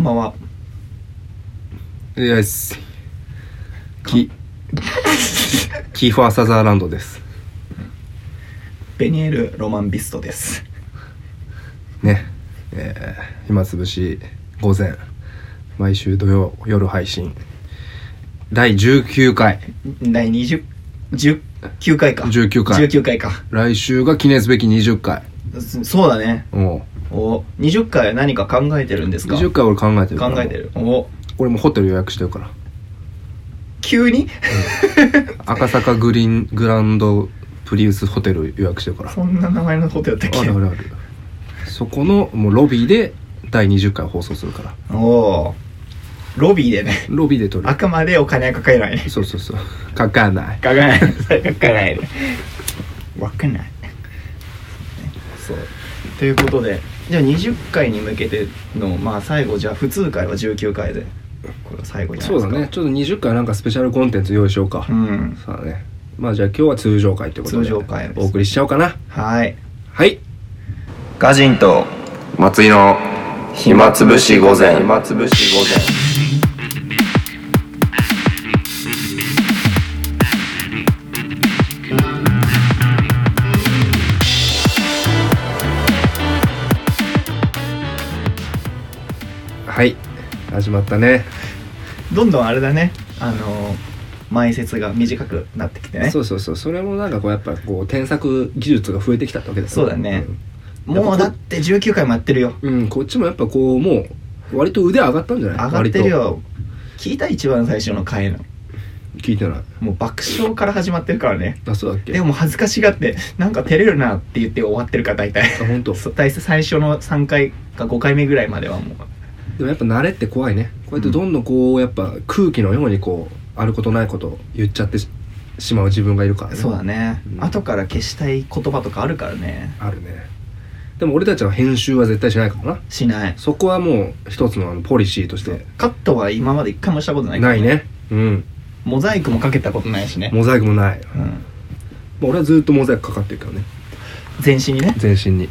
ばんは。よし。キ、キーファーサザーランドです。ベニエル・ロマンビストです。ね。えー、暇つぶし午前、毎週土曜夜配信。第19回。第20、19回か。 19回19回か。来週が記念すべき20回。そそうだね。おうお、20回何か考えてるんですか20回俺考えてるから考えてる。お、俺もうホテル予約してるから。急に 赤坂グリーングランドプリウスホテル予約してるから。そんな名前のことやったっあけるあるある。そこのもうロビーで第20回放送するから。おーロビーでね。ロビーで撮るあ。くまでお金はかからない。そうそうそう。書かない。かからない。かからない。わかんない。そう。ということで、じゃあ20回に向けての、まあ最後、じゃあ普通回は19回で、これは最後じゃないでそうすだか。ね。。ちょっと20回なんかスペシャルコンテンツ用意しようか。うん。そうだね。まあじゃあ今日は通常回ってことで。通常回ですお送りしちゃおうかな。はい。はい。ガジンと、松井の暇つぶし午前。暇つぶし午前。はい。始まったね。どんどんあれだね、あのー、前説が短くなってきてね。そうそうそう。それもなんかこうやっぱこう添削技術が増えてきたってわけですそうだねもうだって19回もやってるよ。うん。うんこっちもやっぱこうもう割と腕上がったんじゃな上いがってる。割よ。聞いた一番最初の回の。と聞いてない。もう爆笑から始まってるからね。あそうだっけ。でも恥ずかしがって、なんか照れるなって言って終わってるから大体。あ本当。 そう大体最初の3回か5回目ぐらいまではもうでもやっぱ慣れって怖いねこうやってどんどんこうやっぱ空気のようにこうあることないこと言っちゃってししまう自分がいるからねそうだね、うん後から消したい言葉とかあるからねあるねでも俺たちは編集は絶対しないからなしないそこはもう一つのあのポリシーとしてカットは今まで一回もしたことないからないねうんモザイクもかけたことないしね、モザイクもない、うん、まあ、俺はずっとモザイクかかってるからね全身にね全身に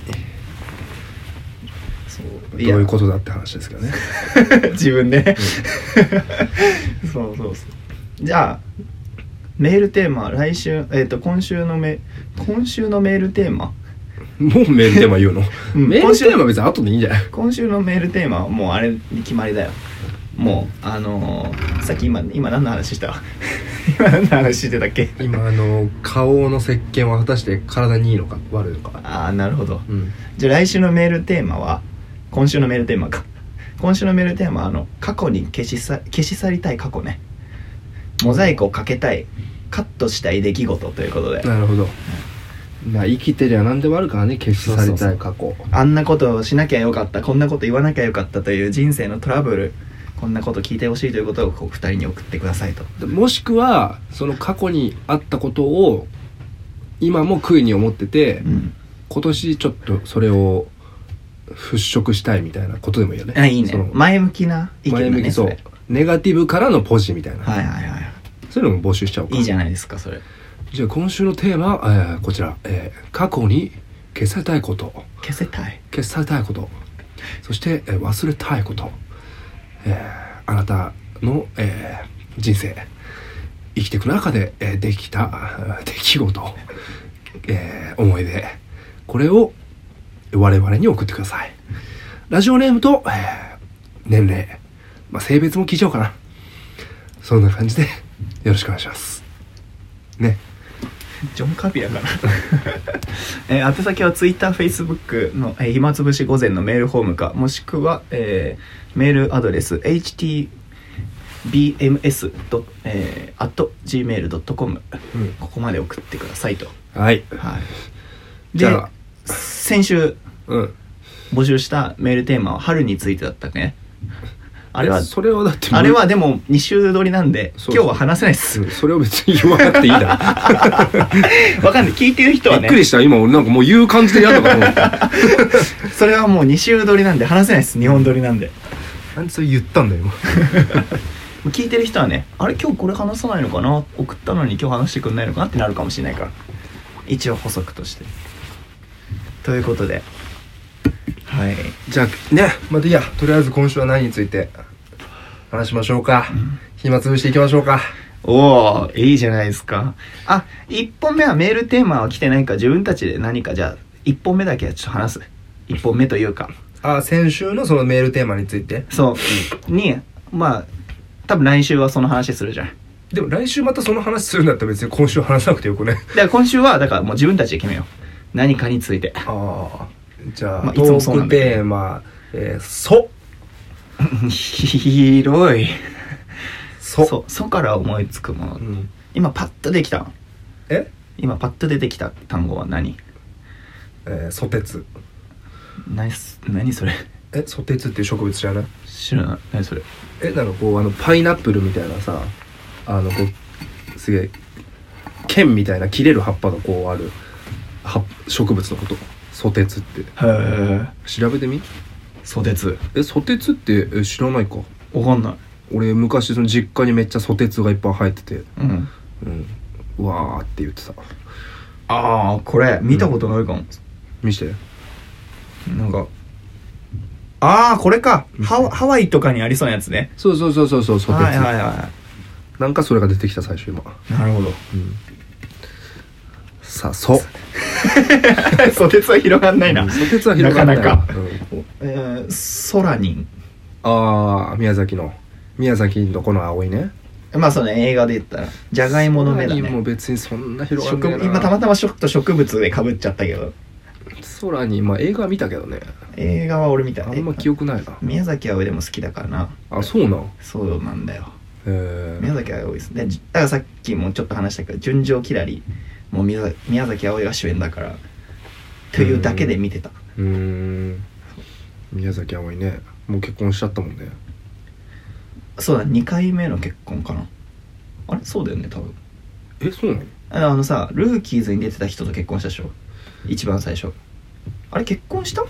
そうどういうとことだって話ですけどね 自分でね、 そうそうそうじゃあメールテーマ来週えっ、と今週のメ今週のメールテーマもうメールテーマ言うの、うんメールテーマ別に後でいいんじゃない今週のメールテーマはもうあれに決まりだよもうあのー、さっき今今何の話した 今何の話してたっけ今あの顔の石鹸は果たして体にいいのか悪いのかああなるほどうんじゃあ来週のメールテーマは今週のメールテーマか今週のメールテーマはあの過去に消しさ消し去りたい過去ねモザイクをかけたいカットしたい出来事ということでなるほど。まあ生きてりゃ何でもあるからね消し去りたい過去。あんなことをしなきゃよかったこんなこと言わなきゃよかったという人生のトラブルこんなこと聞いてほしいということをこう2人に送ってくださいともしくはその過去にあったことを今も悔いに思ってて、うん今年ちょっとそれを払拭したいみたいなことでもいいよね。あいいねその前向きな意見だね前向きそうれ。ネガティブからのポジみたいな。はいはいはいそういうのも募集しちゃおうか。いいじゃないですかそれじゃあ今週のテーマは、えーこちら、えー過去に消されたいこと。消せたい消し去りたいことそして、えー忘れたいこと、えーあなたの、えー人生生きていく中で、えーできたえー出来事、えー思い出これを我々に送ってくださいラジオネームと、えー年齢、まあ、性別も聞いちゃおうかなそんな感じでよろしくお願いしますねジョン・カビラかな えー宛先は TwitterFacebook の、えー暇つぶし午前のメールフォームかもしくは、えーメールアドレス htbms.gmail.com、えー at gmail.com うんここまで送ってくださいと、はいはい、じでゃあ先週うん募集したメールテーマは春についてだったねあれはえそれはだってあれはでも2週撮りなんでそうそ今う日は話せないっす うんそれを別に言わなくていいだろ わかんない聞いてる人はびねっくりした今俺なんかもう言う感じでやったかと思ったそれはもう2週撮りなんで話せないっす2本撮りなんで なんでそれ言ったんだよ聞いてる人はねあれ今日これ話さないのかな送ったのに今日話してくんないのかなってなるかもしれないから一応補足としてということではいじゃあねまあいいやとりあえず今週は何について話しましょうか、暇つぶしていきましょうかおおいいじゃないですかあ一1本目はメールテーマは来てないか自分たちで何かじゃあ1本目だけはちょっと話す1本目というかあ先週のそのメールテーマについてそうにまあ多分来週はその話するじゃんでも来週またその話するんだったら別に今週話さなくてよくねだから今週はだからもう自分たちで決めよう何かについてああじゃあ、まあいトつもそうなーんクだけどテーマ「えー、そ広い」そそ「そ」から思いつくものうん、今パッとできたえ今パッと出てきた単語は何えー、ソテツ何す何それえソテツっていう植物知らない知らない何それえなんかこうあのパイナップルみたいなさあのこうすげえ剣みたいな切れる葉っぱがこうある葉植物のことソテツってへえ調べてみ袖つえソテツってえ知らないかわかんない俺昔その実家にめっちゃソテツがいっぱい生えててうんうんうわーって言ってたああこれ見たことないかも、見してなんかああこれかうんハワハワイとかにありそうなやつねそうそうそうそうそうソテツ、はいはいはなんかそれが出てきた最初今いなるほどうんさあそ 袖つは広がんないな、うんソテツは広がらないなかなかうんえー、ソラニンああ宮崎の宮崎のこの青いねまあその映画で言ったらじゃがいもの目だ空にもね別にそんな広が植んねえ物な今たまたまちょっと植物でかぶっちゃったけど空にまあ映画見たけどね映画は俺みたいあんま記憶ないな宮崎あおいでも好きだからなあそうなんそうなんだよえ宮崎あおいですねじだからさっきもちょっと話したけど「純情きらり」もう宮崎宮崎あおいが主演だからというだけで見てたうーん宮崎あおいねもう結婚しちゃったもんねそうだ2回目の結婚かなあれそうだよね多分えそうなのあのあのさルーキーズに出てた人と結婚したでしょ一番最初あれ結婚した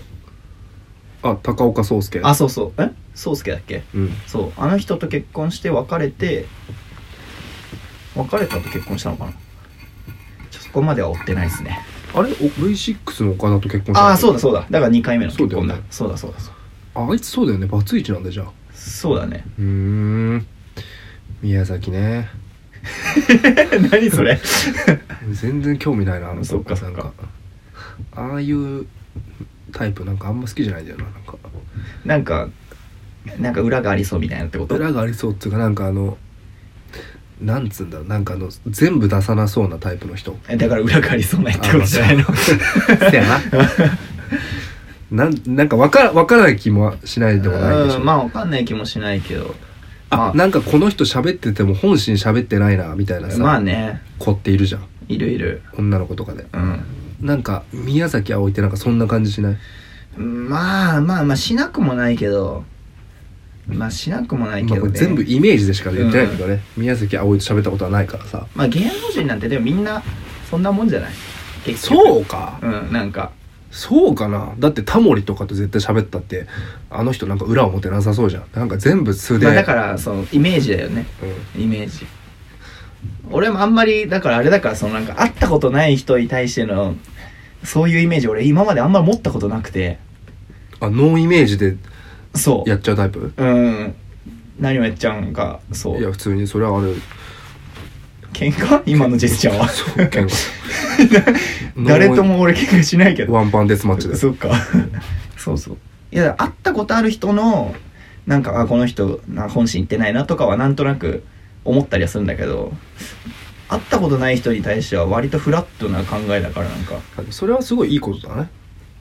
あ高岡壮介あそうそうえ宗介だっけうんそうあの人と結婚して別れて別れたと結婚したのかなちょそこまでは追ってないですねあれお V6 の岡田と結婚したああそうだだそうだだから2回目の結婚だそそうだそうだそうだあいつそうだよねバツイチなんだじゃあそうだね うーん宮崎ね何それ全然興味ないなあのそっかそっかなんああいうタイプなんかあんま好きじゃないんだよななんかなんかなんか裏がありそうみたいなってこと裏がありそうっていうかなんかあのなんつうんだろうなんかあの全部出さなそうなタイプの人えだから裏がありそうないってことじゃないのせや ななんなんかわからわからない気もしないでもないでし うょんまあわかんない気もしないけどあなんかこの人喋ってても本心喋ってないなみたいなさ、まあね子っているじゃんいるいる女の子とかでうんなんか宮崎あおいってなんかそんな感じしないまあまあまあしなくもないけどまあしなくもないけまあど、こねれ全部イメージでしか言ってないけどね、宮崎あおいと喋ったことはないからさまあ芸能人なんてでもみんなそんなもんじゃない結局そうかうんなんかそうかなだってタモリとかと絶対喋ったってあの人なんか裏表なさそうじゃんなんか全部素で、まあだからそのイメージだよねうんイメージ俺もあんまりだからあれだからそのなんか会ったことない人に対してのそういうイメージ俺今まであんまり持ったことなくてあノーイメージでそうやっちゃうタイプうん何をやっちゃうんかそいうや普通にそれはあれ喧嘩今のジェスチャーは そう喧嘩 誰とも俺喧嘩しないけどワンパンデスマッチでそうか そうそういや会ったことある人のなんかあこの人な本心言ってないなとかはなんとなく思ったりはするんだけど会ったことない人に対しては割とフラットな考えだからなんかそれはすごいいいことだね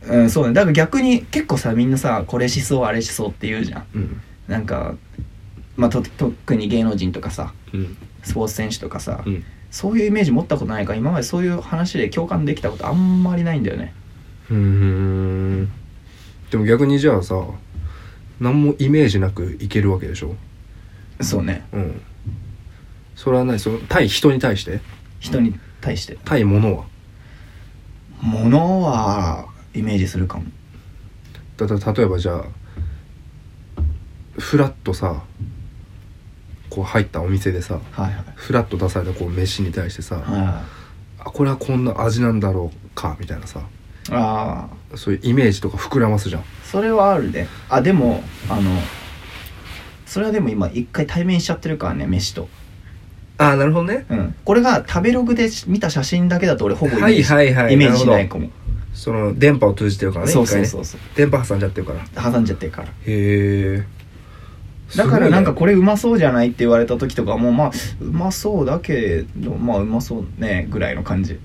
うんそうねだから逆に結構さみんなさこれしそうあれしそうって言うじゃんうんなんかまあと特に芸能人とかさうんスポーツ選手とかさ、うんそういうイメージ持ったことないから今までそういう話で共感できたことあんまりないんだよねうーんでも逆にじゃあさ何もイメージなくいけるわけでしょそうねうんそれはないその対人に対して人に対して対物は物はイメージするかもだだ例えばじゃあフラッとさこう入ったお店でさはいはいフラッと出されたこう飯に対してさ、はあこれはこんな味なんだろうかみたいなさいああそういうイメージとか膨らますじゃんーそれはあるねあでもあのそれはでも今一回対面しちゃってるからね飯と、ああなるほどねうん、これが食べログで見た写真だけだと俺ほぼイメはーいジ,、はいはいイメージしないかもその電波を通じてるからねそうそう一回そねうそう電波挟んじゃってるからへ挟んじゃってるからえだからなんかこれうまそうじゃないって言われた時とかもまあうまそうだけどまあうまそうねぐらいの感じ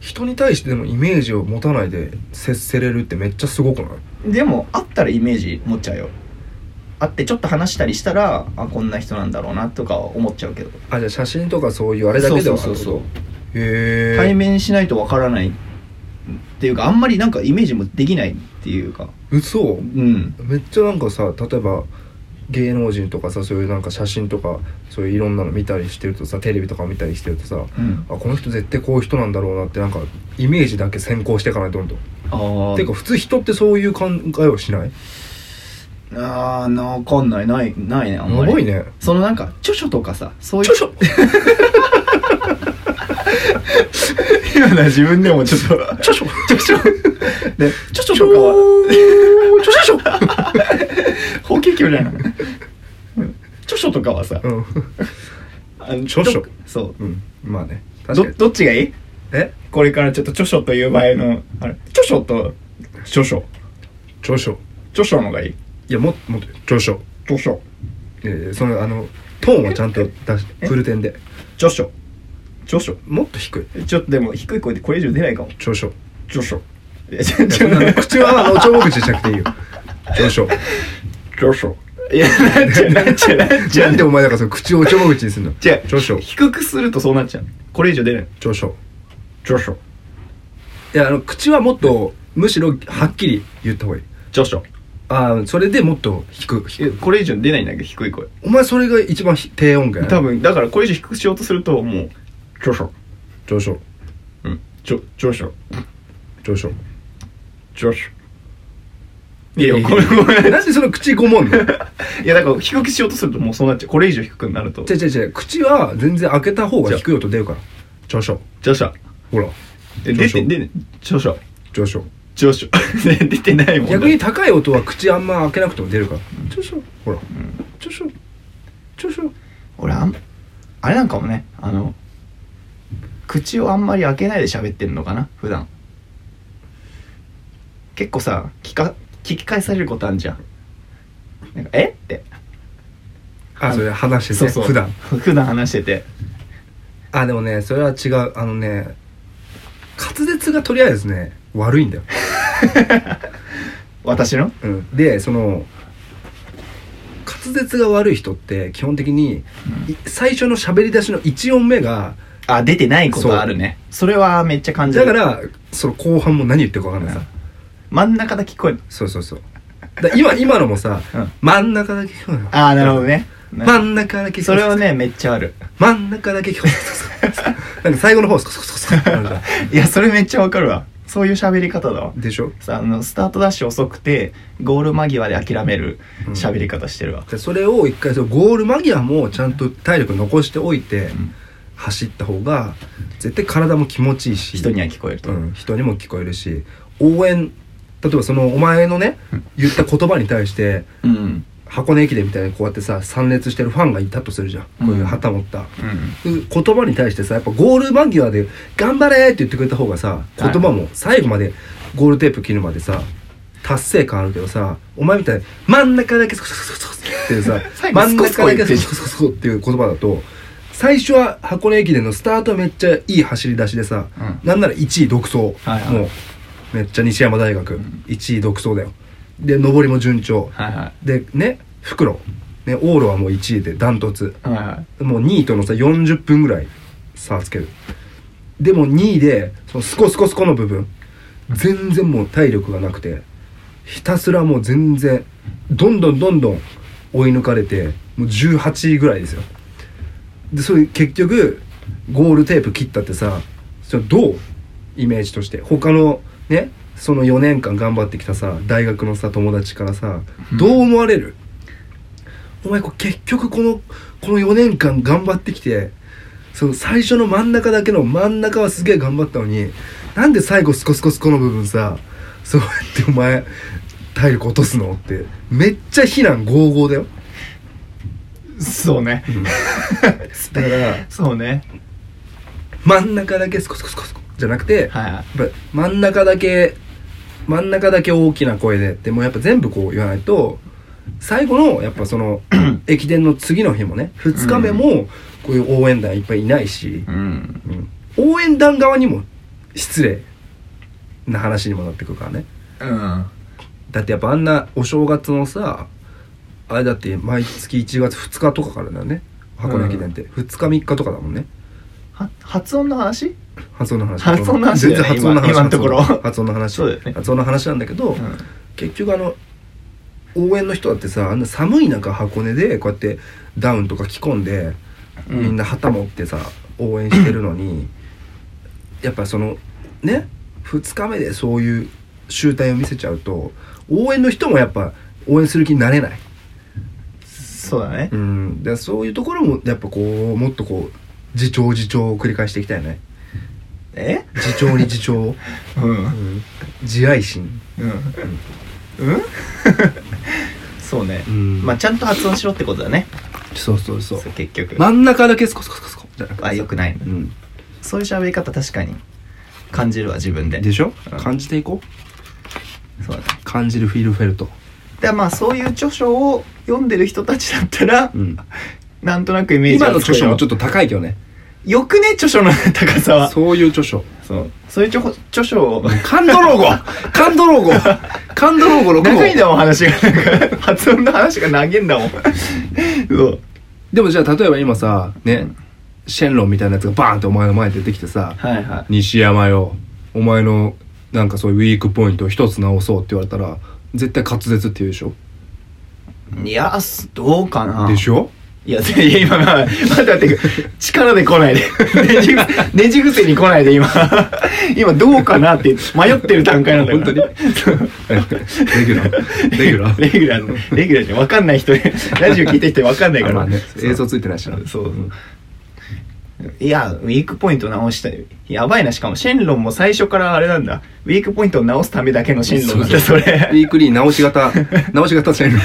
人に対してでもイメージを持たないで接せれるってめっちゃすごくないでも会ったらイメージ持っちゃうよ会ってちょっと話したりしたらあこんな人なんだろうなとか思っちゃうけどあじゃあ写真とかそういうあれだけではそうそうそうそううへえ対面しないとわからないっていうかあんまりなんかイメージもできないっていうか嘘うんめっちゃなんかさ例えば芸能人とかさそういうなんか写真とかそういういろんなの見たりしてるとさテレビとか見たりしてるとさうんあこの人絶対こういう人なんだろうなってなんかイメージだけ先行していかないとどんどんあていうか普通人ってそういう考えをしないあーわかんないないないねあんまりやばいねそのなんか著書とかさそういうちょち ょ今のは自分でもちょっとちょちょ著書で著書ちょとかはちょちょちょ 法華経じゃ ないうん著書とかはさ、うんあの著書どそううんまあね確どかにどっちがいいえこれからちょっと著書という場合のあれ著書と著書著書著書の方がいいいやもっともっと著書著書いやいやそのあのトーンをちゃんと出しえフル点で著書著書もっと低いちょっとでも低い声でこれ以上出ないかも著書著 書いやちょちそょんなの口はあの長口じゃなくていいよ著書著書いやなんちゃうなんちゃうなんちゃ なんでお前だからその口を長口にするの違う著書低くするとそうなっちゃうこれ以上出ない著書著書いやあの口はもっとむしろはっきり言った方がいい著書ああそれでもっと低く低えくこれ以上出ないんだけど低い声お前それが一番ひ低音か多分だからこれ以上低くしようとするともう著書上昇うん著著書上昇著書いやいやこれごめんなんでその口ごもん のいやだから低くしようとするともうそうなっちゃうこれ以上低くなると違う違う違う口は全然開けた方が低い音出るから上昇著書ほらえ著出書て出て著書上昇著書 ね出てないもん逆に高い音は口あんま開けなくても出るから上昇ほらん上昇上昇俺あんあれなんかもねあの口をあんまり開けないで喋ってんのかな普段結構さ聞か聞き返されることあんじゃんなんかえってあそれ話してて普段 普段話しててあでもねそれは違うあのね滑舌がとりあえずね悪 いんだよ、私のうん、でその滑舌が悪い人って基本的に、い最初の喋り出しの1音目があ出てないことあるねそれはめっちゃ感じだるからその後半も何言ってるか分かんないさ、真ん中だけ聞こえるそうそうそうだ今今のもさ、うん真ん中だけ聞こえるああなるほどね真ん中だけ聞こそえれはねめっちゃあ る真ん中だけ聞こ えるなんか最後の方スコスコスコスコってなるじゃんいやそれめっちゃわかるわそういう喋り方だわでしょさあのスタートダッシュ遅くてゴール間際で諦める喋り方してるわ、でそれを一回そのゴール間際もちゃんと体力残しておいて、ん走った方が絶対体も気持ちいいし人には聞こえると、うん、人にも聞こえるし応援例えばそのお前のね言った言葉に対してうんうん箱根駅伝みたいにこうやってさ参列してるファンがいたとするじゃんこういう旗持った、言葉に対してさやっぱゴール間際で「頑張れ!」って言ってくれた方がさ言葉も最後までゴールテープ切るまでさ達成感あるけどさお前みたいに「真ん中だけスコスコスコスコス」っていうさ 最後真ん中スだコスコ言っけてスるコスコスコっていう言葉だと最初は箱根駅伝のスタートはめっちゃいい走り出しでさ、うんなんなら1位独走、はいはいもうめっちゃ西山大学、1位独走だよで上りも順調、はいはでね袋ね往路はもう1位でダントツ、いはいはいもう2位との差40分ぐらい差をつけるでも2位でそのスコスコスコの部分全然もう体力がなくてひたすらもう全然どんどんどんどん追い抜かれてもう18位ぐらいですよでそれ結局ゴールテープ切ったってさそれどうイメージとして他のねその4年間頑張ってきたさ大学のさ友達からさどう思われる、お前こう結局このこの4年間頑張ってきてその最初の真ん中だけの真ん中はすげえ頑張ったのになんで最後スコスコスコの部分さそうやってお前体力落とすのってめっちゃ非難合々だよ、そうねだからそうね真ん中だけスコスコスコスコじゃなくて、はいはいやっぱ真ん中だけ真ん中だけ大きな声ででもやっぱ全部こう言わないと最後のやっぱ その駅伝の次の日もね2日目もこういう応援団いっぱいいないし、うんうん応援団側にも失礼な話にもなってくるからねうんだってやっぱあんなお正月のさあれだって毎月1月2日とかからだよね箱根駅伝って、2日3日とかだもんねは発音の話発音の話発音の話だよ全ね然発音の話今今のところ発音の話そうだよね発音の話なんだけど、結局あの応援の人だってさあんな寒い中箱根でこうやってダウンとか着込んで、うんみんな旗持ってさ応援してるのにやっぱそのね2日目でそういう集大を見せちゃうと応援の人もやっぱ応援する気になれない、そうだねうん、でそういうところもやっぱこうもっとこう自重自重を繰り返していきたいよねえ自重に自重を、うん うん、自愛心、うんうんそうねうんまあちゃんと発音しろってことだねそうそうそうそう結局真ん中だけスコスコスコスコじゃなくてさあ良くないねうんそういう喋り方確かに感じるわ自分ででしょ、うん感じていこそうだねう感じるフィルフェルトでまあそういう著書を読んでる人たちだったら、うんなんとなくイメージ今の著書もちょっとと高いけどねよくね著書の高さはそういう著書そうそういう著著書をカンドロー語カンドロー語カンドロー語6長いん号だもん話がなんか発音の話が長いんだもんそうでもじゃあ例えば今さねシェンロンみたいなやつがバーンってお前の前に出てきてさはいは「西山よお前のなんかそういうウィークポイントを一つ直そう」って言われたら絶対滑舌って言うでしょいいやすどうかなでしょ ょいやいや今まあ待って待って力で来ないでねじねじ伏せに来ないで今今どうかなって迷ってる段階なんだ本当にレギュラーレギュラー レギュラーのレギュラーじゃ分かんない人でラジオ聞いてる人分かんないかあまら、あね映像ついてないしなそうそういやウィークポイント直したいやばいなしかもシェンロンも最初からあれなんだウィークポイントを直すためだけのシェンロンなんだそウィれークリー直し型、直し型チェーンの。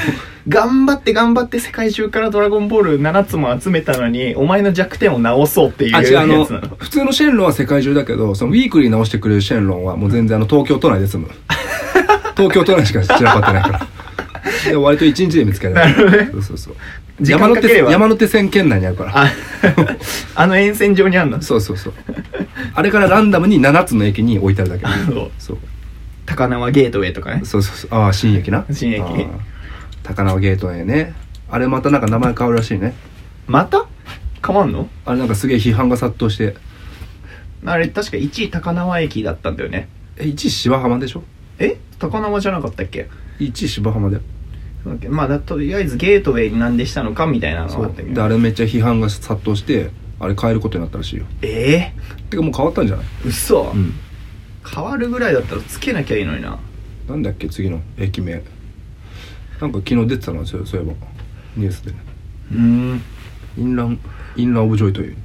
頑張って頑張って世界中から「ドラゴンボール」7つも集めたのにお前の弱点を直そうっていうあ、やつ違う、あなの、の普通のシェンロンは世界中だけど、そのウィークリー直してくれるシェンロンはもう全然あの東京都内で済む。 東京都内しか散らかってないから。で割と一日で見つけられる。なるほそうそうそう。時間山か手けれ線、ば山手線圏内にあるから。あ あの沿線上にあるのそうそうそう。あれからランダムに7つの駅に置いてあるだけ。のそう高輪ゲートウェイとかねそうそうそう。ああ、新駅な。新駅あー。高輪ゲートウェイね。あれまたなんか名前変わるらしいね。また変わんのあれなんかすげえ批判が殺到して。あれ確か1位高輪駅だったんだよねえ、1位芝浜でしょえ高輪じゃなかったっけ ?1 位芝浜だよ。まあだとりあえずゲートウェイになんでしたのかみたいなのそがあうったけでどあれめっちゃ批判が殺到してあれ変えることになったらしいよえてかもう変わったんじゃない、ー、嘘、うん、変わるぐらいだったらつけなきゃいいのにななんだっけ次の駅名なんか昨日出てたのそうそういえばニュースでうんインランインランオブジョイという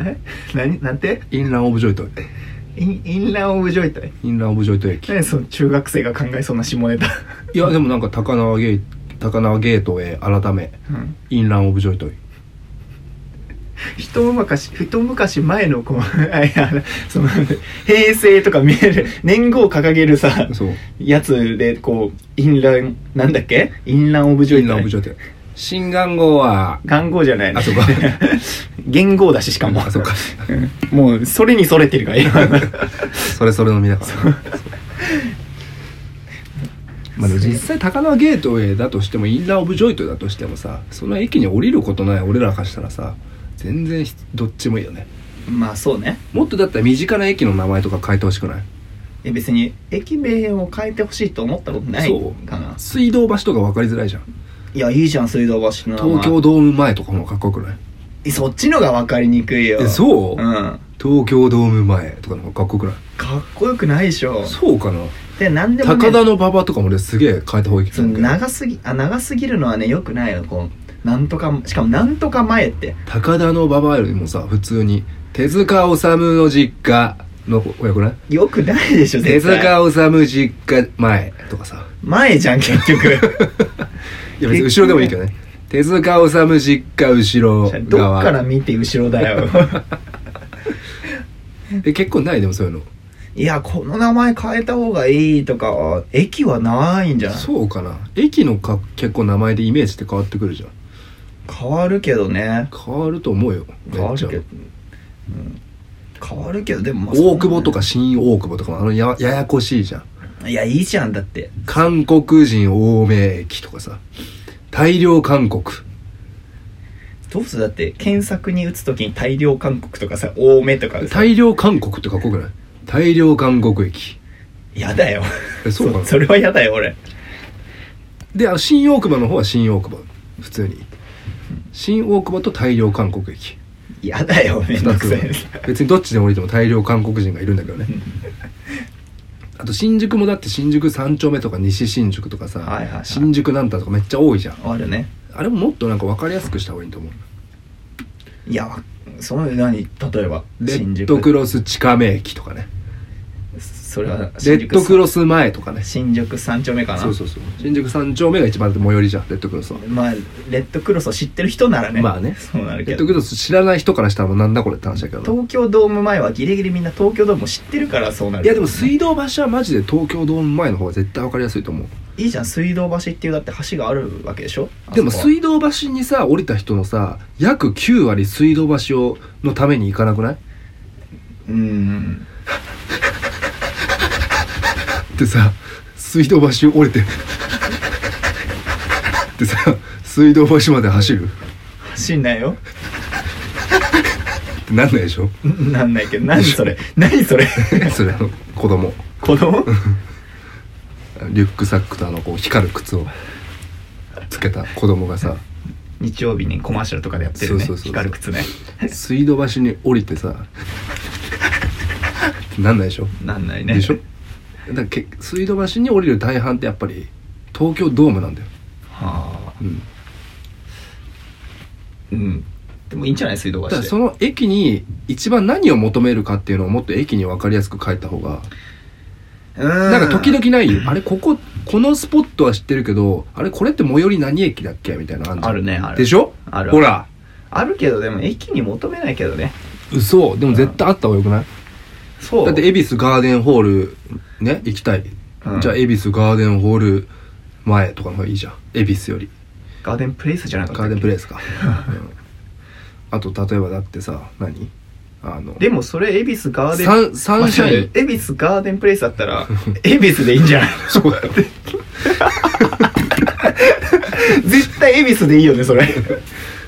え何なんてインランオブジョイというインインランオブジョイトイインランオブジョイという駅何その中学生が考えそうな下ネタいやでもなんか高輪ゲー高輪ゲートへ改めうんインランオブジョイという一昔一昔前のこう あいやその平成とか見える年号を掲げるさそうやつでこうインランなんだっけインランオブジョイイントランオブジョイという新願号は元号じゃないのあ そうか元号だししかもあそうかうんもうそれにそれてるから今それそれの身だからまあでも実際高輪ゲートウェイだとしてもインラー・オブ・ジョイトだとしてもさその駅に降りることない俺らからしたらさ全然ひどっちもいいよね まあそうねもっとだったら身近な駅の名前とか変えてほしくないえ別に駅名を変えてほしいと思ったことないそうかな水道橋とか分かりづらいじゃんいやいいじゃん水道橋の名前東京ドーム前とかもかっこよくないえそっちのが分かりにくいよえそう、うんか東京ドーム前とかの方がかっこよくないっこよくないでしょそうかなで何でも、ね、高田の馬場とかも俺すげえ変えた方がいいけそどの長すぎあ長すぎるのはねよくないよこうなんとかしかもなんとか前って高田の馬場よりもさ普通に手塚治虫の実家の親子ねよくないでしょ手絶対塚治虫実家前とかさ前じゃん結 局いや別に後ろでもいいけどね手塚治虫実家後ろ側どっから見て後ろだ よえ結構ないでもそういうのいやこの名前変えた方がいいとか駅はないんじゃないそうかな駅のか結構名前でイメージって変わってくるじゃん変わるけどね変わると思うよ変わるけめっどち、うん変わるけどでもまゃあそんな大久保とか新大久保とかもあのやややこしいじゃんいやいいじゃんだって韓国人欧米駅とかさ大量韓国どうするだって検索に打つ時に大量韓国とかさ多めとかさ大量韓国ってかっこよくない大量韓国駅やだよえそうかなそれはやだよ俺であの新大久保の方は新大久保普通に新大久保と大量韓国駅やだよめんど2くつさい別にどっちで降りても大量韓国人がいるんだけどねあと新宿もだって新宿三丁目とか西新宿とかさ、はいはいはい新宿なんたとかめっちゃ多いじゃんあるねあれももっとなんか分かりやすくした方がいいと思ういやわその何例えばレ新ッドク宿ロス地下名駅とかねそれはレッドクロスス前とかね新宿三丁目かなそうそうそう新宿三丁目が一番最寄りじゃんレッドクロスは、まあレッドクロスを知ってる人ならねまあねそうなるレけッドどクロス知らない人からしたらもうなんだこれって話だけどね東京ドーム前はギリギリみんな東京ドームを知ってるからそうなるいやでもい水道橋はマジで東京ドーム前の方が絶対分かりやすいと思ういじゃん水道橋っていうだって橋があるわけでしょでもあそこは水道橋にさ降りた人のさ約9割水道橋をのために行かなくないっうーんてさ水道橋降りて ってさ水道橋まで走る走んないよ ってなんないでしょなんないけど何そ れ何それそれあの子供子供リュックサックとあのこう光る靴をつけた子供がさ日曜日にコマーシャルとかでやってるねそうそうそうそう光る靴ね水道橋に降りてさってなんないでしょなんないねでしょだからけ水道橋に降りる大半ってやっぱり東京ドームなんだよ、はあうん、うんでもいいんじゃない水道だか橋らでその駅に一番何を求めるかっていうのをもっと駅に分かりやすく書いた方がななんか時々ないあれこここのスポットは知ってるけどあれこれって最寄り何駅だっけみたいな感じゃんあるねあるでしょあるほらあるけどでも駅に求めないけどね嘘でも絶対あった方がよくないそうだって恵比寿ガーデンホールね行きたい、うんじゃあ恵比寿ガーデンホール前とかの方がいいじゃん恵比寿よりガーデンプレイスじゃなかったガーデンプレレイ スか、うんあと例えばだってさ何あのでもそれ恵比寿ガーデンサンサンシャイン待って恵比寿ガーデンプレイスだった ら恵比寿でいいんじゃない そうだよ絶対恵比寿でいいよねそれ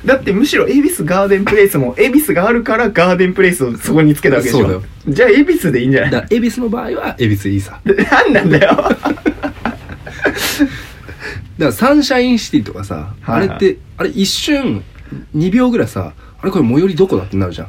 だってむしろ恵比寿ガーデンプレイスも恵比寿があるからガーデンプレイスをそこにつけたわけでしそうだょよじゃあ恵比寿でいいんじゃないだから恵比寿の場合は恵比寿いいさだかで何なんだよらサンシャインシティとかさ、はいはいあれってあれ一瞬2秒ぐらいさあれこれ最寄りどこだってなるじゃ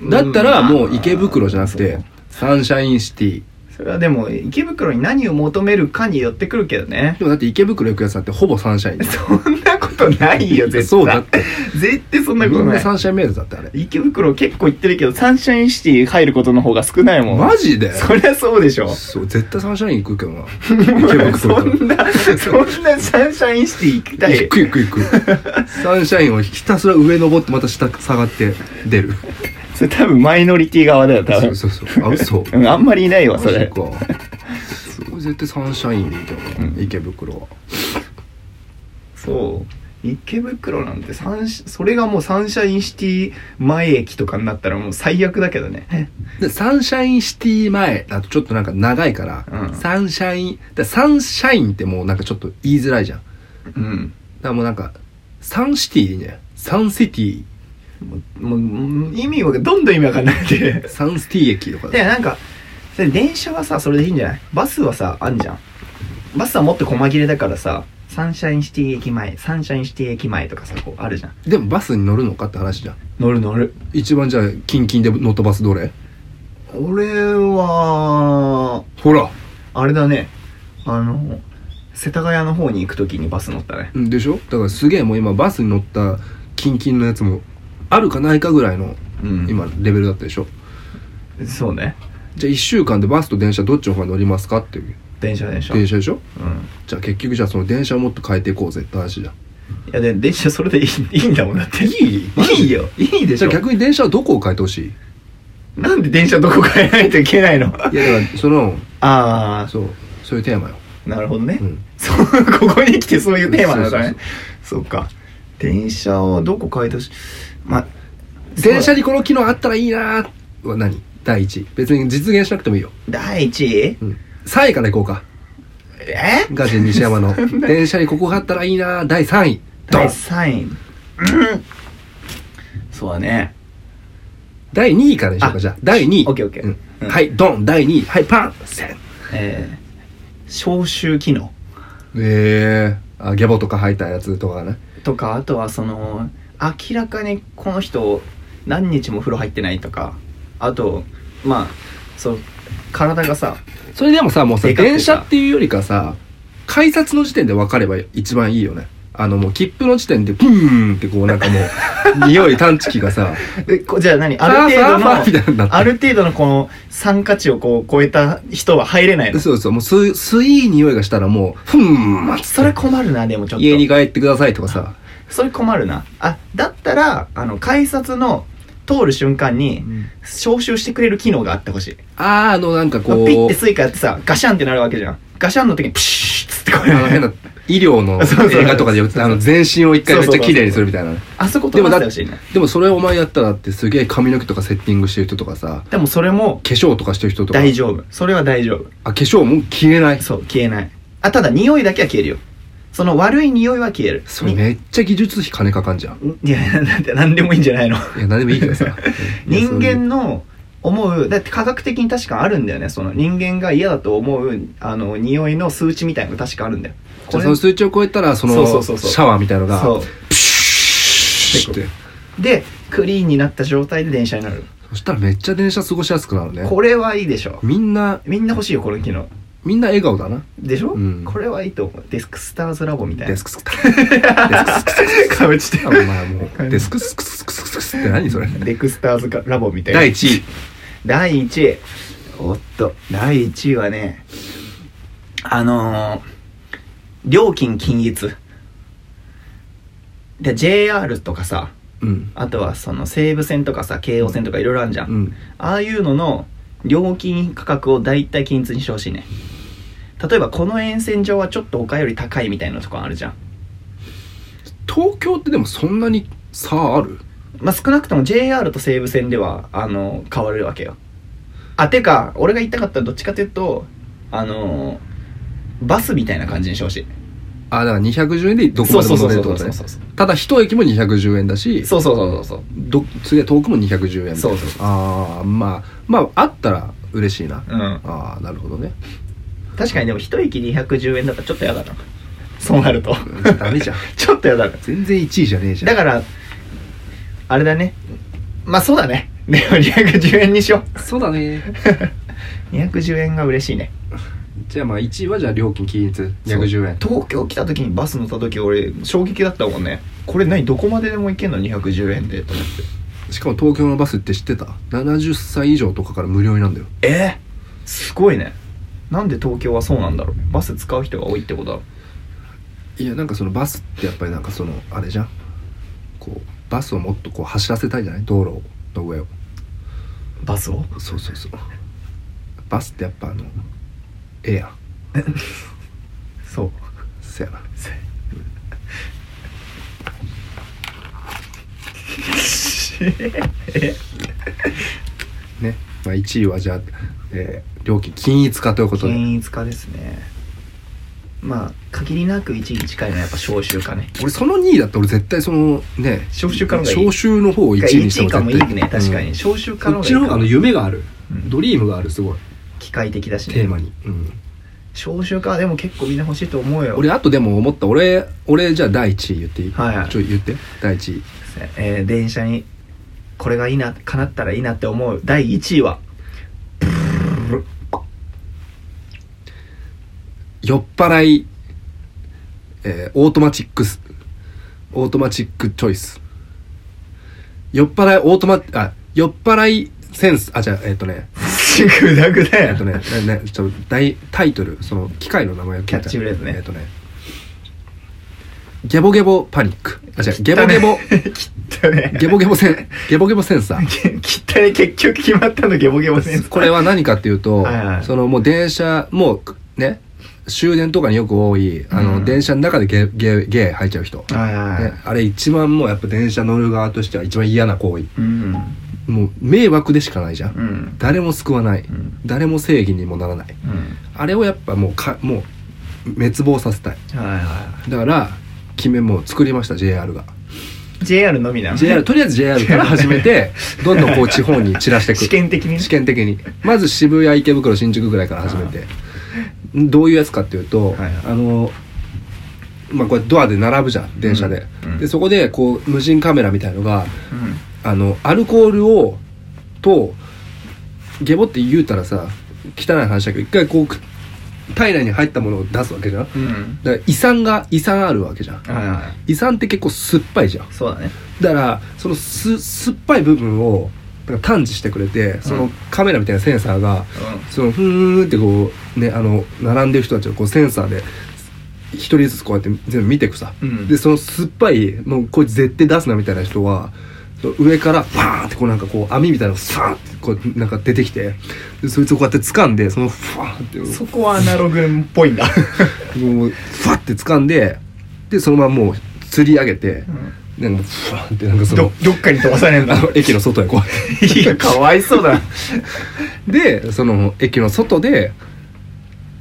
ん だったらもう池袋じゃなくてうんサンシャインシティそれはでも池袋に何を求めるかによってくるけど ねでもだって池袋行くやつだってほぼサンシャインだよそんなこと ないよ絶対そうだって絶対 そんなこみとんなないサンシャインメールだってあれ池袋結構行ってるけどサンシャインシティ入ることの方が少ないもんマジでそりゃそうでし ょそう絶対サンシャイン行くけどな そん池袋行くなそんなサンシャインシティ行きたい行く行く行くサンシャインをひたすら上登ってまた下下がって出るそれ多分マイノリティ側だよ多そう分そうそうあ嘘うんあんまりいないわそマジれかそこ絶対サンシャインみたいな、うん池袋はそう池袋なんてサンシそれがもうサンシャインシティ前駅とかになったらもう最悪だけどねでサンシャインシティ前だとちょっとなんか長いから、うんサンシャインだからサンシャインってもうなんかちょっと言いづらいじゃんだうかんらもうなんかサンシティでいいんじゃないサンシティもうもう意味はどんどん意味わかんなくてサンシティ駅とか でなんかそれ電車はさそれでいいんじゃないバスはさあんじゃんバスはもっと細切れだからさサンシャインシティ駅前サンシャインシティ駅前とかさこうあるじゃんでもバスに乗るのかって話じゃん乗る乗る一番じゃあキンキンで乗ったバスどれ俺はほらあれだねあの世田谷の方に行く時にバス乗ったねうんでしょだからすげえもう今バスに乗ったキンキンのやつもあるかないかぐらいのうん今レベルだったでしょ、そうねじゃあ1週間でバスと電車どっちの方が乗りますかっていう電車でしょ電車でしょうんじゃあ結局じゃあその電車をもっと変えていこうぜって話じゃんいやで電車それでいいいいんだもんだっていいいいよいいでしじゃょあ逆に電車はどこを変えてほしいなんで電車どこ変えないといけないのいやだからそのあそうそういうテーマよあなるほどね、うんそうここに来てそういうテーマなんだねそうか電車をどこ変えてほしいまあ電車にこの機能あったらいいなーは何第一別に実現しなくてもいいよ、第一位うん、3位からいこうかえガジェ西山 の電車にここがあったらいいなー第3位ド第ン3位うんそうだね第2位からにしようかあじゃあ第2位オッケーオッケーうんうんはいドン第2位はいパンセンえー、消臭機能えー、あギャボとか吐いたやつとかねとかあとはその明らかにこの人何日も風呂入ってないとかあとまあそう体がさそれでもさもうさでかくてさ電車っていうよりかさ改札の時点で分かれば一番いいよねあのもう切符の時点でブーンってこうなんかも う匂い探知機がさえこじゃあ何ファーある程ファーファーみたいに度なってのある程度のこの酸化値をこう超えた人は入れないのそうそうもうすすいい匂いがしたらもうふんまそれ困るなでもちょっと家に帰ってくださいとかさ、それ困るなあだったらあの改札の通る瞬間に消臭してくれる機能があってほしいあああのなんかまあこうピッてスイカやってさガシャンってなるわけじゃんガシャンの時にプシュッつってこうあの変な医療のそうそうそう映画とかでよくあの全身を一回めっちゃ綺麗にするみたいなあそこで飛ばもしだてほしいなでもそれをお前やったらってすげえ髪の毛とかセッティングしてる人とかさでもそれも化粧とかしてる人とか大丈夫それは大丈夫あ化粧もう消えないそう消えないあただ匂いだけは消えるよその悪い匂いは消えるそれめっちゃ技術費金かかんじゃんにいやなんて何でもいいんじゃないのいや何でもいいけどさ人いやそうい間うの思うだって科学的に確かあるんだよねその人間が嫌だと思うあの匂いの数値みたいなのが確かあるんだよじゃあその数値を超えたらそのそうそうそうそうシャワーみたいのがそプシューってうでクリーンになった状態で電車になるそしたらめっちゃ電車過ごしやすくなるねこれはいいでしょみんなみんな欲しいよこの機能みんな笑顔だなでしょ、うんこれはいいと思うデスクスターズラボみたいなデスクスクスクかぶちてあお前もうデスクスクスクスクスクスって何それデクスターズラボみたいな第1位第1位おっと第1位はねあのー、料金均一で JR とかさうんあとはその西武線とかさ京王線とかいろいろあるじゃん、うんああいうのの料金価格を大体均一にしてほしいね例えばこの沿線上はちょっと丘より高いみたいなとこあるじゃん東京ってでもそんなに差あるまあ、少なくとも JR と西武線ではあの変わるわけよあてか俺が言いたかったらどっちかというとあのバスみたいな感じにしてほしいあだから210円でどこそまうでそうそも乗うれそるうそうそうってことねそうそただ一駅も210円だしうそうそうどすげえ遠くも210円そうそうそうああまあまああったら嬉しいなうんああなるほどね確かにでも一駅210円だからちょっとやだなそうなるとダメじゃん ちょっとやだな全然1位じゃねえじゃだんからあれだねまあそうだねでも210円にしよそうだねう210円が嬉しいね じゃあまあ1位はじゃあ料金均一210円東京来た時にバス乗った時俺衝撃だったもんねこれ何どこまででも行けんの210円でと思ってしかも東京のバスって知ってた70歳以上とかから無料になんだよえーすごいねなんで東京はそうなんだろうバス使う人が多いってことだろいやなんかそのバスってやっぱりなんかそのあれじゃんこうバスをもっとこう走らせたいじゃない道路の上をうバスをそうそうそうバスってやっぱあのええやんそうせやな ね、まあ、1位はじゃあ、えー料金均一化ということで均一化ですねまあ限りなく1位に近いのはやっぱ消臭化ね俺その2位だって俺絶対そのね消臭化の方がいい消臭の方を1位にして1位かもいい絶対ね確かに、うん消臭化このっちの方があ方のがいいか夢がある、うんドリームがあるすごい機械的だしテーねマに、うん消臭化はでも結構みんな欲しいと思うよ俺あとでも思った俺俺じゃあ第1位言っていい、はいはいちょ言って第1位えー電車にこれがいいな叶ったらいいなって思う第1位は酔っ払い、えーオートマチックスオートマチックチョイス酔っ払いオートマあ酔っ払いセンスあじゃあえっ、とねちぐだぐだえや っとね、ねねちょっと大タイトル、その機械の名前を聞いたキャッチフレーズねえっとね、ゲボゲボパニック。あ、違う、ゲボゲボ、 きっとねゲボゲボセン、ゲボゲボセンサー。 きっとね結局決まったのゲボゲボセンサー これは何かっていうとはいはい、そのもう電車、もうね、終電とかによく多い、あうの、ん電車の中でゲ、ゲ、ゲー吐いちゃう人。はいはい、ね、あれ一番もうやっぱ電車乗る側としては一番嫌な行為。うんもう迷惑でしかないじゃん。うん誰も救わない。うん誰も正義にもならない。うんあれをやっぱもうか、もう滅亡させたい。はいはだから決めもう作りました JR がい JR のみなの JR とりあえず JR から始めてどんどんこう地方に散らしていく 試験的にね試験的にまず渋谷池袋新宿ぐらいから始めてどういうやつかっていうと、はいはいあのまあこれドアで並ぶじゃん電車で、うんうんでそこでこう無人カメラみたいのがうんあのアルコールをとゲボって言うたらさ汚い話だけど一回こう体内に入ったものを出すわけじゃんうんだから胃酸が胃酸あるわけじゃんはいは胃酸って結構酸っぱいじゃんいそうだねだからそのす酸っぱい部分をなんか探知してくれてそうのんカメラみたいなセンサーが、そのふーんってこうねあの並んでる人たちをこうセンサーで一人ずつこうやって全部見てくさ、うんでその酸っぱいもうこいつ絶対出すなみたいな人はその上からバーンってこうなんかこう網みたいなのがサーンってこうなんか出てきてでそいつをこうやって掴んでそのフワーンってうんそこはアナログっぽいんだもうフワッて掴んででそのままもう釣り上げて、なんかフワーンってなん かそのどどっかに飛ばされ んだあの駅の外へこういやかわいそうだでその駅の外で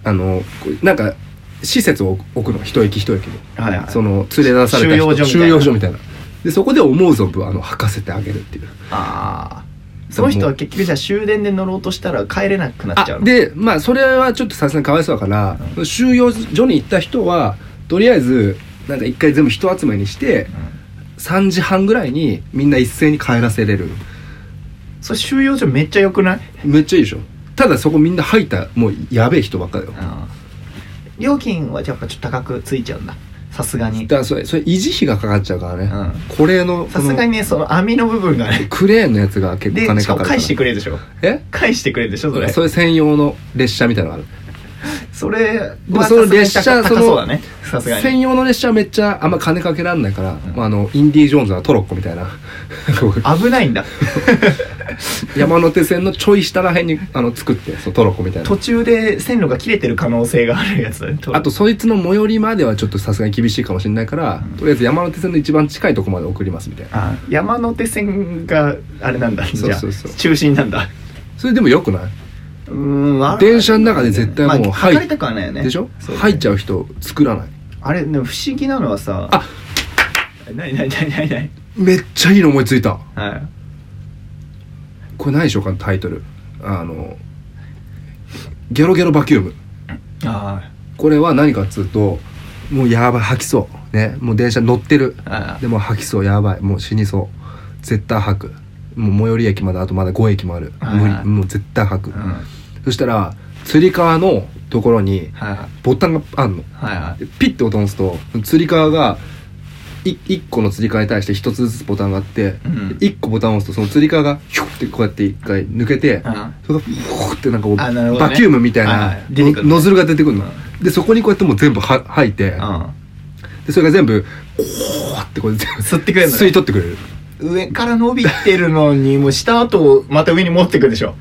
あのこうなんか施設を置くの一駅一駅にはいはいその連れ出された人収容所みたいなでそこで思う存分あの吐かせてあげるっていうああその人は結局じゃあ終電で乗ろうとしたら帰れなくなっあちゃうのでまあそれはちょっとさすがにかわいそうだから、収容所に行った人はとりあえずなんか一回全部人集めにして3時半ぐらいにみんな一斉に帰らせれるそれ収容所めっちゃ良くないめっちゃいいでしょただそこみんな吐いたもうやべえ人ばっかだよ料金はやっぱちょっと高くついちゃうんださすがにだからそれそれ維持費がかかっちゃうからね、うこれのこさのすがにねその網の部分がねクレーンのやつが結で構金しかかもかるから返してくれるでしょえ返してくれるでしょそれそれ専用の列車みたいなのがあるそれはでもその列車さすがに高そのそうだねさすがに専用の列車はめっちゃあんま金かけらんないから、んまあ、あのインディ・ージョーンズのトロッコみたいな危ない んだ山手線のちょい下らへんにあの作ってそうトロッコみたいな途中で線路が切れてる可能性があるやつあとそいつの最寄りまではちょっとさすがに厳しいかもしれないから、とりあえず山手線の一番近いとこまで送りますみたいなあ山手線があれなんだそうじゃあそうそう中心なんだそれでもよくないうーんわ電車の中で絶対もうまあ入っ測りたくはないよねでしょ、そう入っちゃう人作らないあれでも不思議なのはさあなになになになになにめっちゃいいの思いついたはいこれ何でしょうかタイトルあのゲロゲロバキュームあこれは何かっつうともうやばい吐きそうねもう電車乗ってるーあでも吐きそうやばいもう死にそう絶対吐くもう最寄り駅まであとまだ5駅もあるはい無はい理もう絶対吐くーうんはいそしたらつり革のところにはいボタンがあんのはいはでピッて音を押すとつり革が1個のつり革に対して1つずつボタンがあってうん1個ボタンを押すとそのつり革がヒュッてこうやって1回抜けていそれがフォーってなんかこうあなるほどねバキュームみたいはいはない出てくるねノズルが出てくるのでそこにこうやってもう全部は吐いてうでそれが全部こうってこう全部吸ってくれるのね吸い取ってくれるん上から伸びてるのにもう下後また上に持ってくでしょ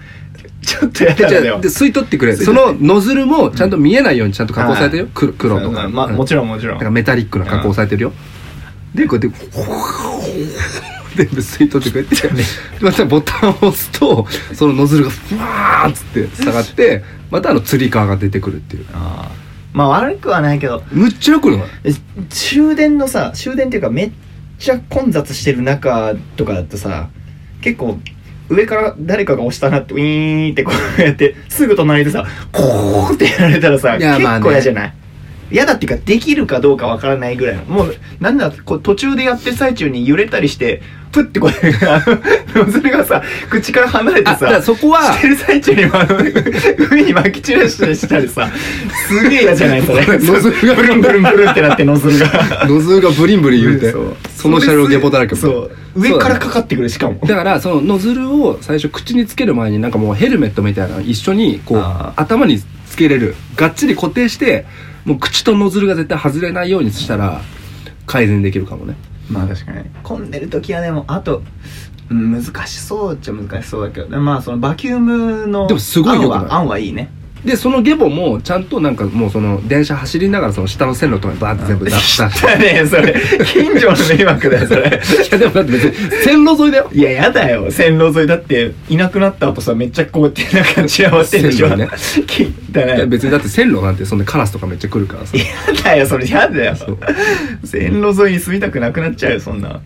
ちょっとやでだよで吸い取ってくれる吸いそ取ってのノズルもちゃんと見えないようにちゃんと加工されてるよ黒黒とかまあもちろんもちろなんんかメタリックな加工されてるよ。で、こうやって、全部吸い取ってくれて、でまたボタンを押すと、そのノズルがふわーっつって下がって、またあの釣り革が出てくるっていう。あーまあ悪くはないけどむっちゃよくないえ終電のさ終電っていうかめっちゃ混雑してる中とかだとさ結構上から誰かが押したなってウィーンってこうやってすぐ隣でさこうってやられたらさいや結まあね構嫌じゃない嫌だっていうかできるかどうかわからないぐらいのもうなんだこう途中でやってる最中に揺れたりしてプッてこうあのノズルがさ口から離れてあ、だかさらそこはし、てる最中にもあの上に巻き散らしたりしたりさすげえ嫌じゃないそれノズルがブルンブルンブルンってなってノズルがノズルがブリンブリン言うてそう、その車両下ボだらけそう上からかかってくるしかもだからそのノズルを最初口につける前になんかもうヘルメットみたいなの一緒にこうあー頭につけれるがっちり固定してもう口とノズルが絶対外れないようにしたら改善できるかもねまあ確かに混んでる時はでもあとうん難しそうっちゃ難しそうだけどねまあそのバキュームのでもすごい案良くないは案はいいねでそのゲボもちゃんとなんかもうその電車走りながらその下の線路とかにバーって全部出したいだね それ近所の迷惑だよそれ やでもだって別に線路沿いだよいややだよ線路沿いだっていなくなった後さめっちゃこうやってなんか散らばってんでしょ線路ね聞いたねいやや別にだって線路なんてそんなカラスとかめっちゃ来るからさだよそれやだよそう線路沿いに住みたくなくなっちゃうよそんな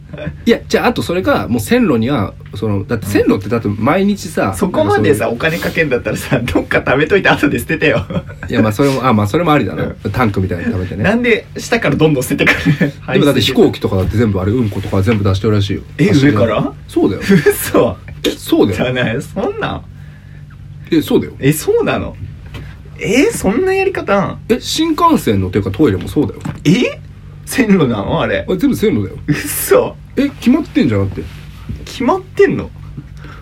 いやじゃああとそれがもう線路にはそのだって線路ってだって毎日さそこまでなんかさお金かけんだったらさ どっか貯めといて後で捨ててよそういういやまあそれもあまあそれもありだな、タンクみたいに食べてねなんで下からどんどん捨ててくるでもだって飛行機機とかだって全部あれうんことか全部出してるらしいよえ走りなが上からそうだよ嘘そうだじゃよないそんなんえそうだよえそうなのえそんなやり方え新幹線のっていうかトイレもそうだよえ線路なのあれあれ全部線路だよ嘘え決まってんじゃなくて決まってんの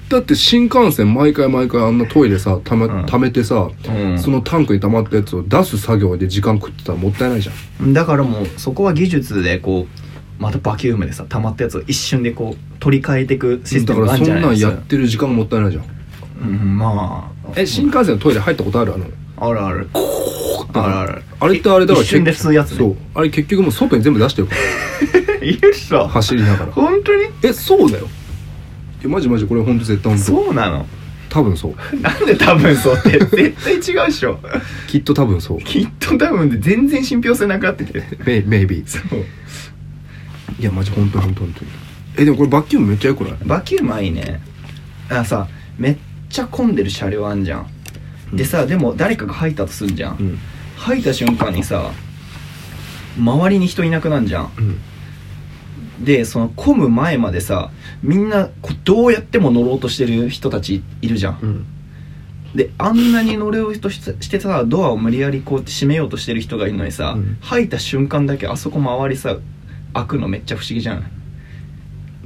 だって新幹線毎回毎回あんなトイレさため,、うん溜めてさ、うんそのタンクに溜まったやつを出す作業で時間食ってたらもったいないじゃんだからもうそこは技術でこうまたバキュームでさ溜まったやつを一瞬でこう取り替えていくシステだかムがあるらんじそんゃないなんですやかってる時間もったいないじゃんうんまあえ新幹線のトイレ入ったことあるあのあるあるあるあるあれってあれだから一瞬で吸うやつねそうあれ結局もう外に全部出してるから いるっしょ走りながら本当にえそうだよいやマジマジこれほんと絶対本そうなの当多分そうなんで多分そう って絶対違うっしょきっと多分 そうきっと多分で全然信憑性なくなっててメイメイビーそういやマジ本当本当本当にえでもこれバッキュームめっちゃよくないバキュームはいいねあさめっちゃ混んでる車両あんじゃんでさでも誰かが入ったとすんじゃん、うん入った瞬間にさ周りに人いなくなんじゃんうんでその混む前までさみんなこうどうやっても乗ろうとしてる人たちいるじゃん、うんであんなに乗れようとしてさドアを無理やりこうやって閉めようとしてる人がいるのにさ、うん入った瞬間だけあそこ周りさ開くのめっちゃ不思議じゃない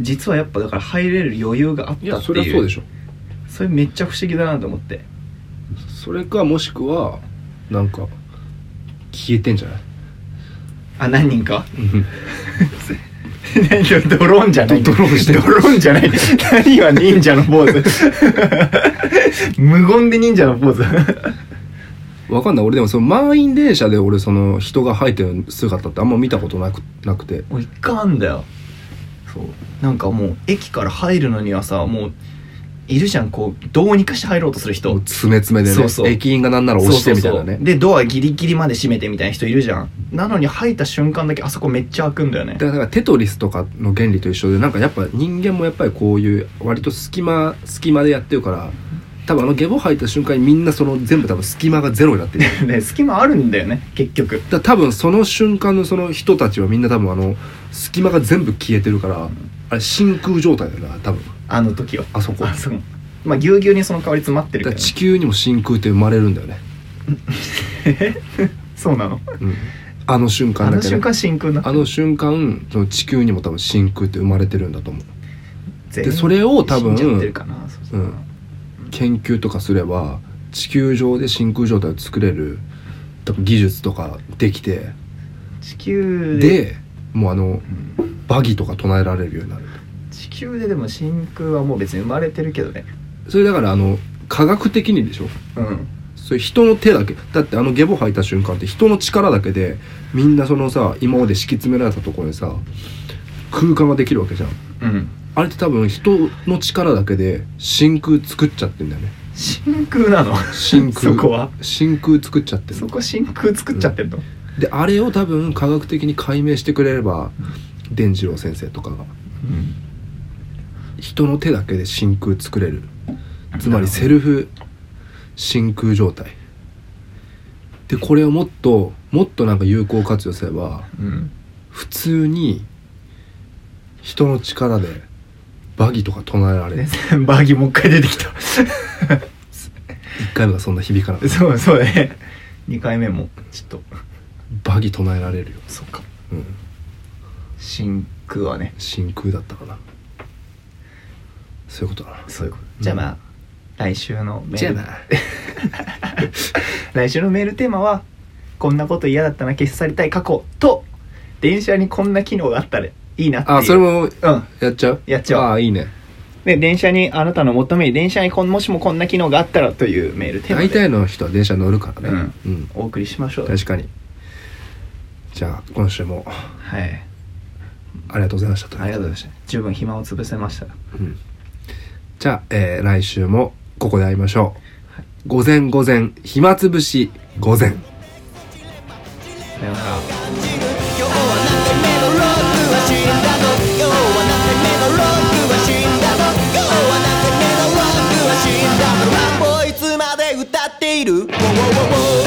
実はやっぱだから入れる余裕があったっていいうやそれはそうでしょそれめっちゃ不思議だなと思ってそれかもしくはなんか消えてんじゃないあ何人か何よ ドローンじゃないドドローンしてるドローンじゃ ない何は忍者のポー ズ無言で忍者のポーズわかんない俺でもその満員電車で俺その人が入ってる姿ってあんま見たことなくなくてもう一回あんだよそうなんかもう駅から入るのにはさもういるじゃんこうどうにかして入ろうとする人もう詰め詰めでねそうそう駅員がなんなら押してみたいなねそうそうそうでドアギリギリまで閉めてみたいな人いるじゃんなのに入った瞬間だけあそこめっちゃ開くんだよねだからテトリスとかの原理と一緒でなんかやっぱ人間もやっぱりこういう割と隙間隙間でやってるから多分あのゲボ入った瞬間にみんなその全部多分隙間がゼロに なってるだかで隙間あるんだよね結局ら多分その瞬間のその人たちはみんな多分あの隙間が全部消えてるからあれ真空状態だよな多分あの時はあそこあそうまあぎゅうぎゅうにその代わり詰まってだるかけらどね、地球にも真空って生まれるんだよね、そうなのうん、あの瞬あ間だのけど瞬間真空なあの瞬間その地球にも多分真空って生まれてるんだと思う全でそれを多分死んじゃってるかなそうそううん研究とかすれば地球上で真空状態を作れる多分技術とかできて地球ででもうあのバギーとか唱えられるようになる地球ででも真空はもう別に生まれてるけどねそれだからあの科学的にでしょうんそれ人の手だけだってあのゲボ吐いた瞬間って人の力だけでみんなそのさ今まで敷き詰められたところにさ空間ができるわけじゃんうんあれって多分人の力だけで真空作っちゃってんだよね真空なの真空そこは真空作っちゃってるそこ真空作っちゃってるの、であれを多分科学的に解明してくれれば伝次郎先生とかが人の手だけで真空作れるつまりセルフ真空状態でこれをもっともっとなんか有効活用すればうん普通に人の力でバギとか唱えられる バーギーもう一回出てきた 1回目がそんな響かなかっそうそうね2回目もちょっとたバギ唱えられるよ、そうかうん、真空はね真空だったかなそういうことだなそういうことうんじゃあまあ、来週のメじゃーあルな 来週のメールテーマは「こんなこと嫌だったな消し去りたい過去」と「電車にこんな機能があったらいいな」っていうあそれもうんやっちゃうやっちゃおうああいいねで電車にあなたの求めに電車にこんもしもこんな機能があったらというメールテーマで大体の人は電車乗るからねうん、お送りしましょう確かにじゃあ今週もはいありがとうございましたありがとうございました十分暇を潰せましたうんじゃあ、えー来週もここで会いましょう午前午前暇つぶし午前さようなら今日は何回目のロックは死んだぞ今日は何回目のロックは死んだぞ今日は何回目のロックは死んだぞランボーいつまで歌っている Wow, wow, wow, wow